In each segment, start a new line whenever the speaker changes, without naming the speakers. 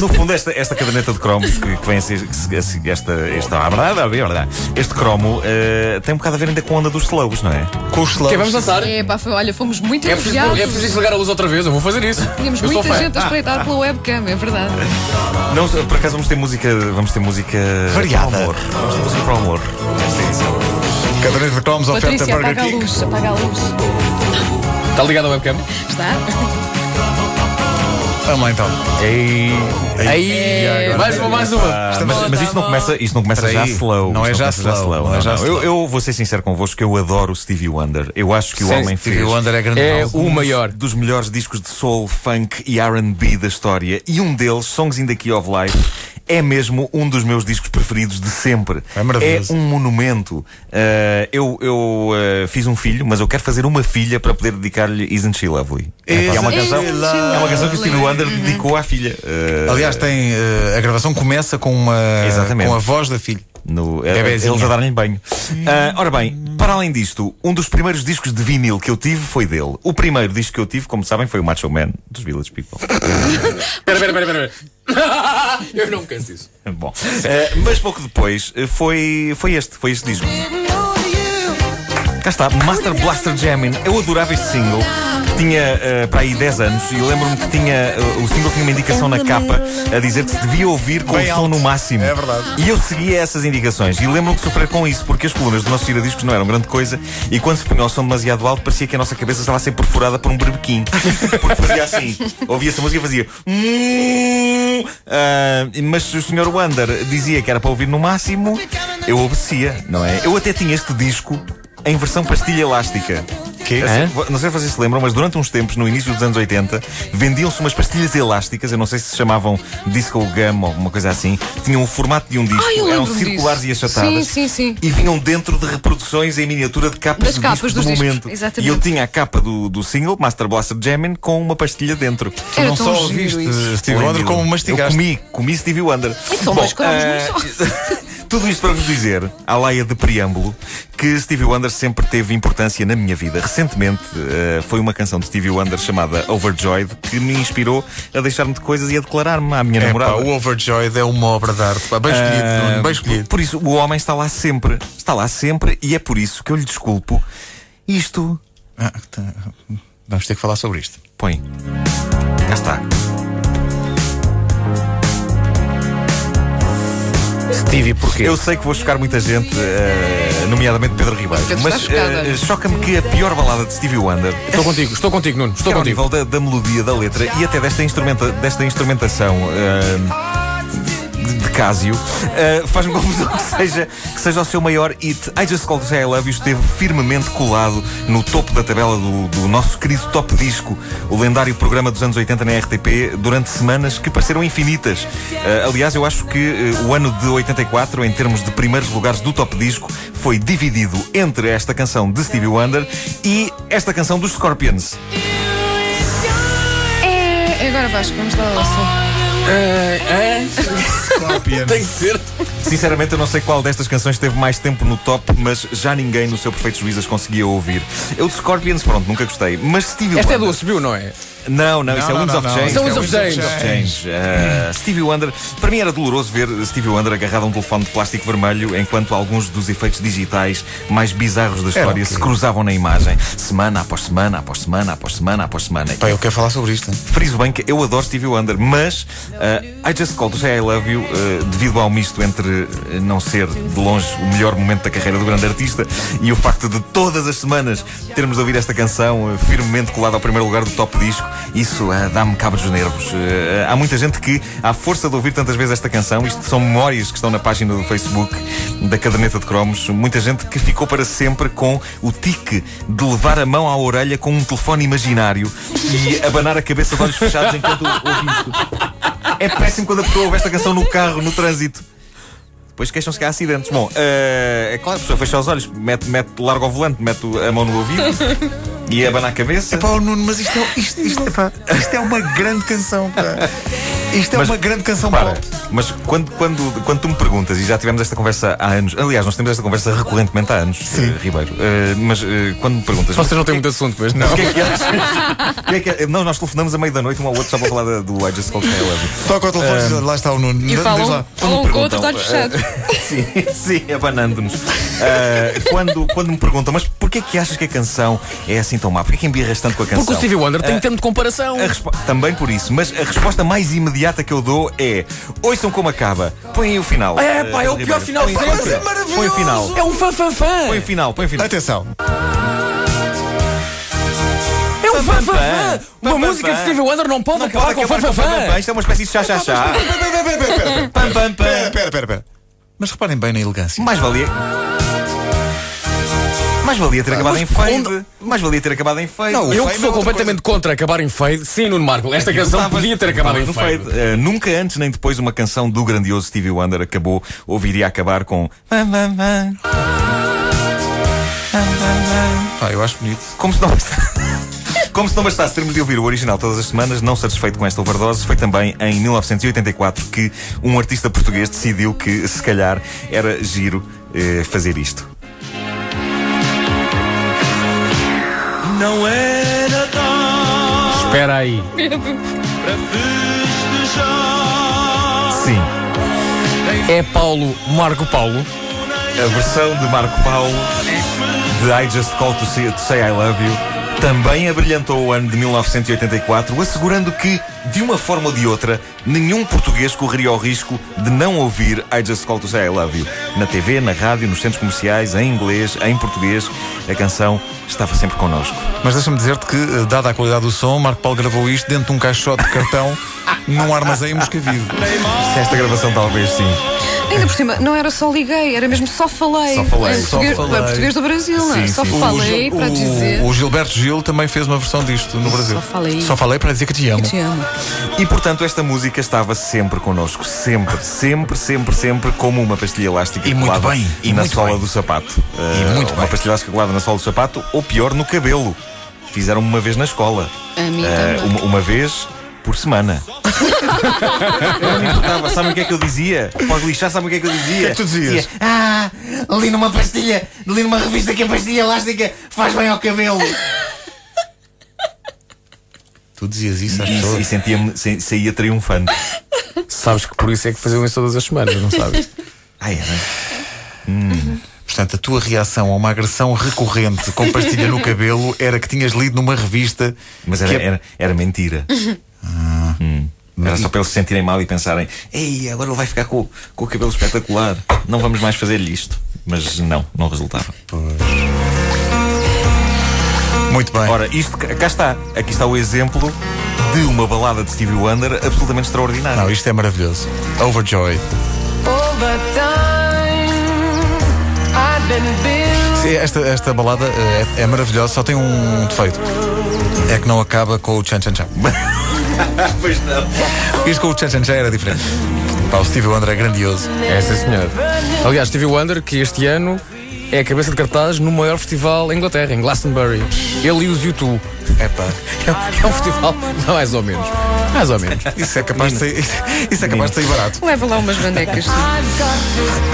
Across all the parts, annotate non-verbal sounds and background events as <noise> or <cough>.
No fundo, esta, esta caderneta de cromos que, que vem a ser- que se- que se- esta, esta, ah, blá, blá, blá, blá. este cromo eh, tem um bocado a ver ainda com a onda dos slowos, não é?
Com os
Ok,
slows.
vamos dançar. É
É, pá, foi- olha, fomos muito
preciso,
elogiados.
é preciso desligar a luz outra vez, eu vou fazer isso.
Tínhamos
eu sou
muita
fã.
gente a espreitar pela webcam, é verdade.
Não, por acaso vamos ter música. Vamos ter música
Variada.
para o amor. Vamos ter música para o amor. Esta é edição.
Caderneta de cromos, oferta
Patrícia,
Burger
apaga a
King.
luz, apaga a luz.
Está Tá ligado a webcam?
Está?
Vamos lá então.
Ei,
Aí, agora.
Mais uma, mais uma.
Ah, mas mas isso não começa, isso não começa
Espera
já
aí.
slow.
Não
Isso
é já
começa
slow, não é
Não,
já
não.
slow.
Eu, eu vou ser sincero convosco, eu adoro o Stevie Wonder. Eu acho que o
Sim,
homem
Stevie
fez
Wonder é grande
É
nós.
o maior.
Um dos melhores discos de soul, funk e R&B da história e um deles, Songs in the Key of Life, é mesmo um dos meus discos preferidos de sempre.
É maravilhoso.
um monumento. Ah, eu eu ah, fiz um filho, mas eu quero fazer uma filha para poder dedicar-lhe Isn't She Lovely. que é uma
Isn't
canção,
She
é uma canção que o Stevie
Lovely.
Wonder dedicou à filha. Ah,
Aliás, tem, eh, a gravação começa com, uma,
Exatamente.
com a voz da filha.
No, eh,
Bebezinha.
eles a darem banho. Ah, ora bem, para além disto, um dos primeiros discos de vinil que eu tive foi dele. O primeiro disco que eu tive, como sabem, foi o Macho Man dos Village People.
Espera, espera, espera, espera. Eu não me canso disso.
<laughs>
Bom, eh, mas pouco depois eh, foi, foi este, foi este disco. Cá está, Master Blaster Jamming. Eu adorava este single. Tinha eh, para aí 10 anos e lembro-me que tinha eh, o single tinha uma indicação na capa a dizer que se devia ouvir com
Bem
o som
alto.
no máximo.
É verdade.
E eu seguia essas indicações e lembro-me de sofrer com isso porque as colunas do nosso giradiscos não eram grande coisa e quando se punha o som demasiado alto parecia que a nossa cabeça estava a ser perforada por um berbequim. <laughs> Porque fazia assim, ouvia essa música e fazia. "Hum", ah, mas o Sr. Wander dizia que era para ouvir no máximo, eu obedecia, não é? Eu até tinha este disco em versão pastilha elástica.
Quê?
Assim, Vo- Não sei se vocês se lembram, mas durante uns tempos, no início dos anos 80, vendiam-se umas pastilhas elásticas, eu não sei se se chamavam Disco Gum ou alguma coisa assim, tinham o formato de um disco,
Ah, eu
eram
lembro-me
circulares
disso.
e achatadas.
Sim, sim, sim.
E vinham dentro de reproduções em miniatura de capas
Das
de
capas
discos
dos
do
discos,
momento.
exatamente.
E eu tinha a capa do, do single, Master Blaster Jammin', com uma pastilha dentro.
Tu
Era
não
tão
só
giro
ouviste
isso.
Steve Wonder como mastigaste.
Eu comi, comi Stevie Wonder.
são dois cromos, não
eh, <laughs> Tudo isto para vos dizer, à laia de preâmbulo, que Stevie Wonder sempre teve importância na minha vida. Recentemente eh, foi uma canção de Stevie Wonder chamada Overjoyed que me inspirou a deixar-me de coisas e a declarar-me à minha
É, pá,
namorada.
o é Overjoyed é uma obra de arte. pá, Bem escolhido, Nuno, bem escolhido.
Por isso, o homem está lá sempre. Está lá sempre e é por isso que eu lhe desculpo isto.
Ah, tá. Vamos ter que falar sobre isto.
Põe. Cá está.
Stevie, porquê?
Eu sei que vou chocar muita gente, eh, nomeadamente Pedro Ribeiro,
Pedro está
mas
chocada.
eh, choca-me que a pior balada de Stevie Wonder.
Estou contigo, estou contigo, Nuno. Estou
Quer ao
contigo.
nível da, da melodia, da letra e até desta, instrumenta, desta instrumentação ehm, de, de Casio, eh, faz-me confusão que seja, que seja o seu maior hit. I Just Called to Say I Love You esteve firmemente colado no topo da tabela do, do nosso querido Top Disco, o lendário programa dos anos 80 na RTP, durante semanas que pareceram infinitas. Eh, aliás, eu acho que eh, o ano de 84, em termos de primeiros lugares do Top Disco, foi dividido entre esta canção de Stevie Wonder e esta canção dos Scorpions.
É, agora Vasco, vamos lá ao assunto.
Tem que ser.
Sinceramente, eu não sei qual destas canções teve mais tempo no top, mas já ninguém no seu perfeito juízo as conseguia ouvir. Eu de Scorpions, pronto, nunca gostei. Mas Stevie
Esta é do
Wonder.
subiu, não é?
Não, não, isso
Não,
é
não,
Winds
não,
of
não.
Change.
Isso é Winds of Change.
Change. Ah, Stevie Wonder. Para mim era doloroso ver Stevie Wonder agarrado a um telefone de plástico vermelho enquanto alguns dos efeitos digitais mais bizarros da história
o quê?
se cruzavam na imagem. Semana após semana, após semana, após semana, após semana.
Pá, eu quero falar sobre isto.
Friso bem que eu adoro Stevie Wonder, mas ah, I Just Called to Say I Love You, ah, devido ao misto entre ah, não ser de longe o melhor momento da carreira do grande artista e o facto de todas as semanas termos de ouvir esta canção ah, firmemente colada ao primeiro lugar do top disco, isso ah, dá-me cabo dos nervos. Ah, há muita gente que, à força de ouvir tantas vezes esta canção, isto são memórias que estão na página do Facebook da caderneta de cromos, muita gente que ficou para sempre com o tique de levar a mão à orelha com um telefone imaginário e abanar a cabeça de olhos fechados enquanto ouve isto. É péssimo quando a pessoa ouve esta canção no carro, no trânsito. Depois queixam-se que há acidentes. Bom, eh, é claro, a pessoa fecha os olhos, mete, mete, larga o volante, mete a mão no ouvido e
É
abana a cabeça.
Pá, oh, Nuno, mas isto é, isto, isto, pá, isto é uma grande canção. Pá. Isto é
Mas-
uma grande canção
Repara,
pop.
mas quando, quando, quando tu me perguntas, e já tivemos esta conversa há anos, aliás, nós temos esta conversa recorrentemente há anos, eh, Ribeiro, eh, mas eh, quando me perguntas.
Vocês não têm muito assunto, mas não.
O que é que achas? O que é que é- Não, nós telefonamos a meio da noite um ao outro só para falar da- do I Just Called K11.
Toca o telefone, diz, lá está o Nuno.
E
Diz
falam
lá.
um.
Quando
falam
me
Um com outro de
perguntam, eh,
olhos fechados.
<laughs> Sim, sim, abanando-nos. Ah, quando, quando me perguntam, mas porquê que achas que a canção é assim tão má? Porquê que embirras tanto com a canção?
Porque o Stevie Wonder tem termo de comparação.
A respo- Também por isso, mas a resposta mais imediata que eu dou é: ouçam como acaba, põe aí o final.
É,
Ah,
pá, é o
Ribeiro.
pior final
Põe-
sempre.
põe o final. Põe o final.
É um fã-fã-fã.
Põe o final, põe o final.
Atenção.
É um fã-fã-fã.
Fã-fã-fã.
Uma
Fã-fã-fã.
música de Stevie Wonder não pode
Não
acabar
pode
com
acabar com
fã-fã-fã.
fã-fã-fã. Isto é uma espécie de chá-chá-chá.
Pera, pera, pera, pera.
Pam, pam,
Pera,
pam.
pera, pera, pera. Mas reparem bem na elegância.
Mais valia. Mais valia ter acabado em fade. Mais valia ter acabado em fade.
Não, o Fame
Eu que
é
sou
outra
completamente contra acabar em fade, sim, Nuno Marco, esta canção
Estavas-
podia ter acabado em
estavas no
fade.
fade. Eh, nunca antes nem depois uma canção do grandioso Stevie Wonder acabou ou viria a acabar com.
Ah, eu acho bonito.
Como se não bastasse. Como se não bastasse <laughs> termos de ouvir o original todas as semanas, não satisfeito com esta overdose, foi também em 1984 que um artista português decidiu que, se calhar, era giro eh, fazer isto.
Não era tarde
Espera aí.
para festejar.
Sim,
É Paulo, Marco Paulo.
a versão de Marco Paulo de I Just Call to Say, to Say I Love You também abrilhantou o ano de 1984, assegurando que, de uma forma ou de outra, nenhum português correria o risco de não ouvir I Just Call to Say I Love You. Na TV, na rádio, nos centros comerciais, em inglês, em português, a canção estava sempre connosco.
Mas deixa-me dizer-te que, eh, dada a qualidade do som, Marco Paulo gravou isto dentro de um caixote de cartão <laughs> num armazém em Moscavide.
Se esta gravação talvez sim.
Ainda por cima, não era só liguei, era mesmo só falei.
Só falei,
Em
só
português,
falei.
em português do Brasil, não é?
Sim,
Só
sim.
O
falei
Gil-
para
o-
dizer.
O Gilberto Gil também fez uma versão disto no Brasil.
falei.
Só falei para dizer que te amo.
Te amo.
E portanto, esta música estava sempre connosco. Sempre, sempre, sempre, sempre, como uma pastilha elástica
E muito
colada
bem, e
na
muito
sola
bem.
do sapato. Eh,
muito
uma
bem.
pastilha elástica colada na sola do sapato, ou pior, no cabelo. Fizeram uma vez na escola.
A mim
Eh,
também.
uma, uma vez por semana. eu não me importava. Sabem o que é que eu dizia? Pode lixar, sabem o que é que eu dizia? O
que é que tu dizias?
ah, li numa pastilha, li numa revista que a pastilha elástica faz bem ao cabelo.
Tu dizias isso às
E, e
pessoas.
sentia-me, sa- saía triunfante.
Sabes que por isso é que faziam isso todas as semanas, não sabes?
Ah, era.
Portanto, a tua reação a uma agressão recorrente com pastilha no cabelo era que tinhas lido numa revista.
Mas
que
era,
é- Uhum.
era, era mentira. Hum. Era só para eles se sentirem mal e pensarem: ei, agora ele vai ficar com, com o cabelo espetacular, não vamos mais fazer-lhe isto. Mas não, não resultava. é
Muito bem.
Ora, isto cá cá está. Aqui está o exemplo de uma balada de Stevie Wonder absolutamente extraordinária.
Não, isto é maravilhoso. Overjoy. Sim, É, Esta, esta balada eh, é, é maravilhosa, só tem um defeito. É que não acaba com o Chan Chan Chan.
Pois não.
Isto com o Chan Chan Chan era diferente. Pá, o Stevie Wonder é grandioso.
É, sim, senhor. Aliás, Stevie Wonder, que este ano é a cabeça de cartaz no maior festival em Inglaterra, em Glastonbury. Ele e os YouTube.
É
<laughs>
pá.
É um festival, mais ou menos. Mais ou menos.
Isso é capaz de sair, <laughs> isso é capaz de sair barato.
Leva lá umas bandecas.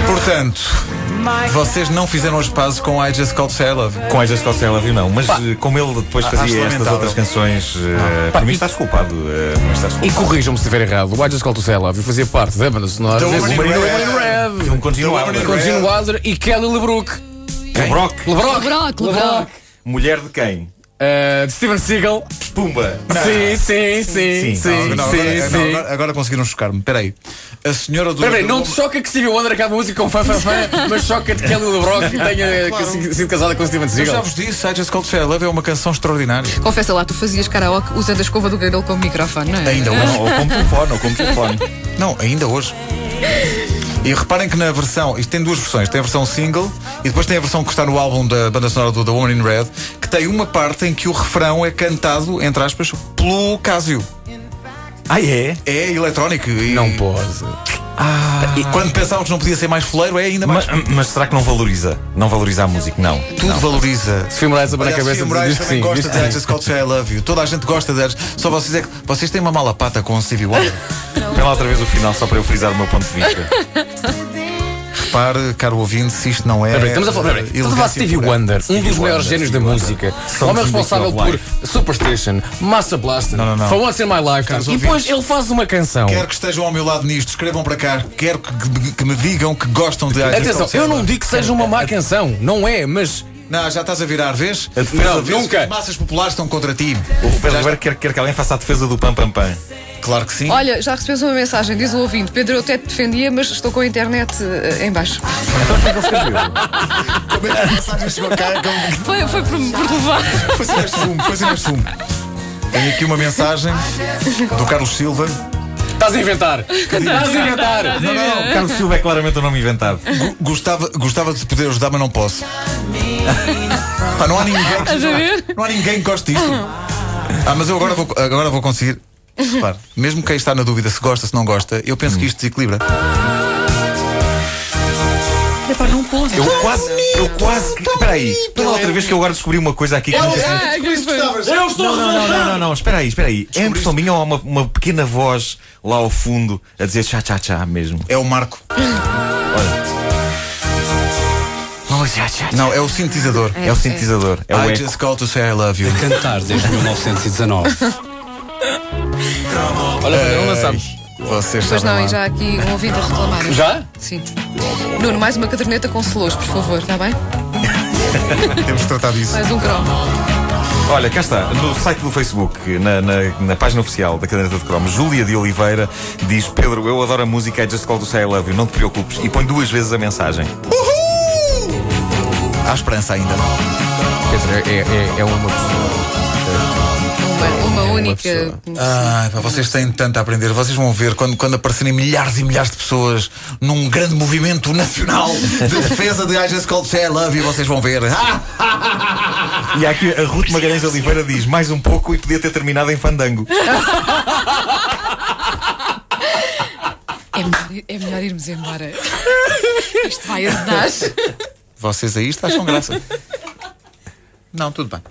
Portanto, vocês não fizeram os pazes com I Just Called Say I Love. You.
Com a Jessica Alcela, viu não. Mas eh, como ele depois
acho
fazia estas
lamentável.
outras canções, eh, para mim estás culpado. eh, para mim estás
E
culpado.
corrijam-me se estiver errado. O I Just Call to Say I Love You fazia parte da banda sonora.
Da
de
Woman in
Woman in
Red.
O filme continuava.
Red.
com Gene Wilder e Kelly LeBrook.
Brock,
LeBrock!
LeBrock, LeBrock.
mulher de quem?
Eh, de Steven Seagal.
Pumba!
Sim, sim, sim,
Sim,
sim, sim,
Não,
sim.
agora, não, agora- agora conseguiram chocar-me. Peraí. A senhora do.
Peraí, não te choca que Stevie Wonder acabe a música
<laughs>
com fã-fã-fã, mas choca-te que Kelly LeBrock tenha sido- sido casada com Steven
Eu já
Seagal.
vos disse, I Just Called Say I Love You é uma canção extraordinária.
Confessa lá, tu fazias karaoke usando a escova do cabelo como microfone, não é?
Ainda hoje.
Não, ou como telefone, ou como telefone.
Não, ainda hoje. E reparem que na versão, isto tem duas versões, tem a versão single e depois tem a versão que está no álbum da banda sonora do The Woman in Red, que tem uma parte em que o refrão é cantado, entre aspas, pelo Casio.
Ah, é?
É eletrónico e.
Não pode.
E quando pensávamos que não podia ser mais foleiro, é ainda mais.
Mas, mas será que não valoriza? Não valoriza a música? Não.
Tudo valoriza.
Sofia Moraes abana a
Aliás,
cabeça
Sofia
e
Moraes
diz que
também
sim.
gosta
diz
de
que
I
sim.
Just Called to Say I Love You. Toda a gente gosta de Anjos. Só vocês é que. Vocês têm uma mala pata com o Stevie
<laughs>
Wonder.
Põe lá outra vez o final só para eu frisar o meu ponto de vista.
Repare, caro ouvinte, se isto não é.
Peraí, estamos a falar, peraí, estamos a falar de Stevie Wonder, um dos maiores génios da música. O homem
Something
responsável
Big Love
por Superstition, Master Blaster,
Não, não, não.
For Once in My Lifetime.
Caros
E depois
ouvintes.
ele faz uma canção.
Quero que estejam ao meu lado nisto. Escrevam para cá. Quero que, que me digam que gostam de I Just
Atenção,
Called to Say I
eu
Love
não digo que seja uma má canção, não é, mas
You. Não, já estás a virar, vês?
A defesa-
Não, vês?
nunca.
As massas populares estão contra ti.
O Pedro Ribeiro quer, quer que alguém faça a defesa do Pam Pam Pam.
Claro que sim.
Olha, já recebemos uma mensagem, diz o ouvinte. Pedro, eu até te defendia, mas estou com a internet eh, em baixo.
Como é que a mensagem chegou cá? Como-
Foi, foi por, por levar.
Pois é, este fumo, pois é, este fumo. Tenho aqui uma mensagem do Carlos Silva.
estás a inventar. Estás a inventar.
Não, não, Carlos Silva é claramente um nome inventado.
Go- Gostava, gostava de poder ajudar, mas não posso.
<laughs>
Pá, não há ninguém que
Estás a ver?
Não há ninguém que goste disto. Ah, mas eu agora vou, agora vou conseguir. Repare, mesmo quem está na dúvida se gosta, se não gosta, eu penso que isto desequilibra.
Epá, É não pôs.
Eu quase, eu quase. que- Espera aí, pela outra vez que eu agora descobri uma coisa aqui que nunca tinha-
Ah, que foi.
Eu estou
Não, não, não, não, não, espera aí, espera aí. É impressão minha ou há uma, uma pequena voz lá ao fundo a dizer chá chá chá mesmo?
É o Marco.
Oh, chá, chá, chá.
Não, é o sintetizador.
É o sintetizador, é o
I
eco.
just call to say I love you.
cantar desde 1919.
Olha, não lançamos.
Vocês
Pois
sabem
não,
lá.
e já há aqui um ouvinte a reclamar.
Já?
Sim. Nuno, mais uma caderneta com selos, por favor, está bem?
Temos de tratar disso.
Mais um cromo.
Olha, cá está, no site do Facebook, na, na- na página oficial da caderneta de Cromo, Júlia de Oliveira diz: Pedro, eu adoro a música I Just Call to Say I Love You, não te preocupes. E põe duas vezes a mensagem.
Há esperança ainda.
Quer dizer, é, é, é uma pessoa.
Uma, uma única.
pessoa.
Ai, Ah, pá, vocês têm tanto a aprender. Vocês vão ver quando, quando aparecerem milhares e milhares de pessoas num grande movimento nacional
<laughs>
de defesa de I just call to say I love you. Vocês vão ver. Ah!
E há aqui a Ruth Magalhães Oliveira diz: mais um pouco e podia ter terminado em fandango.
É melhor, é melhor irmos embora. Isto vai azedar.
Vocês aí acham graça. Não, tudo bem.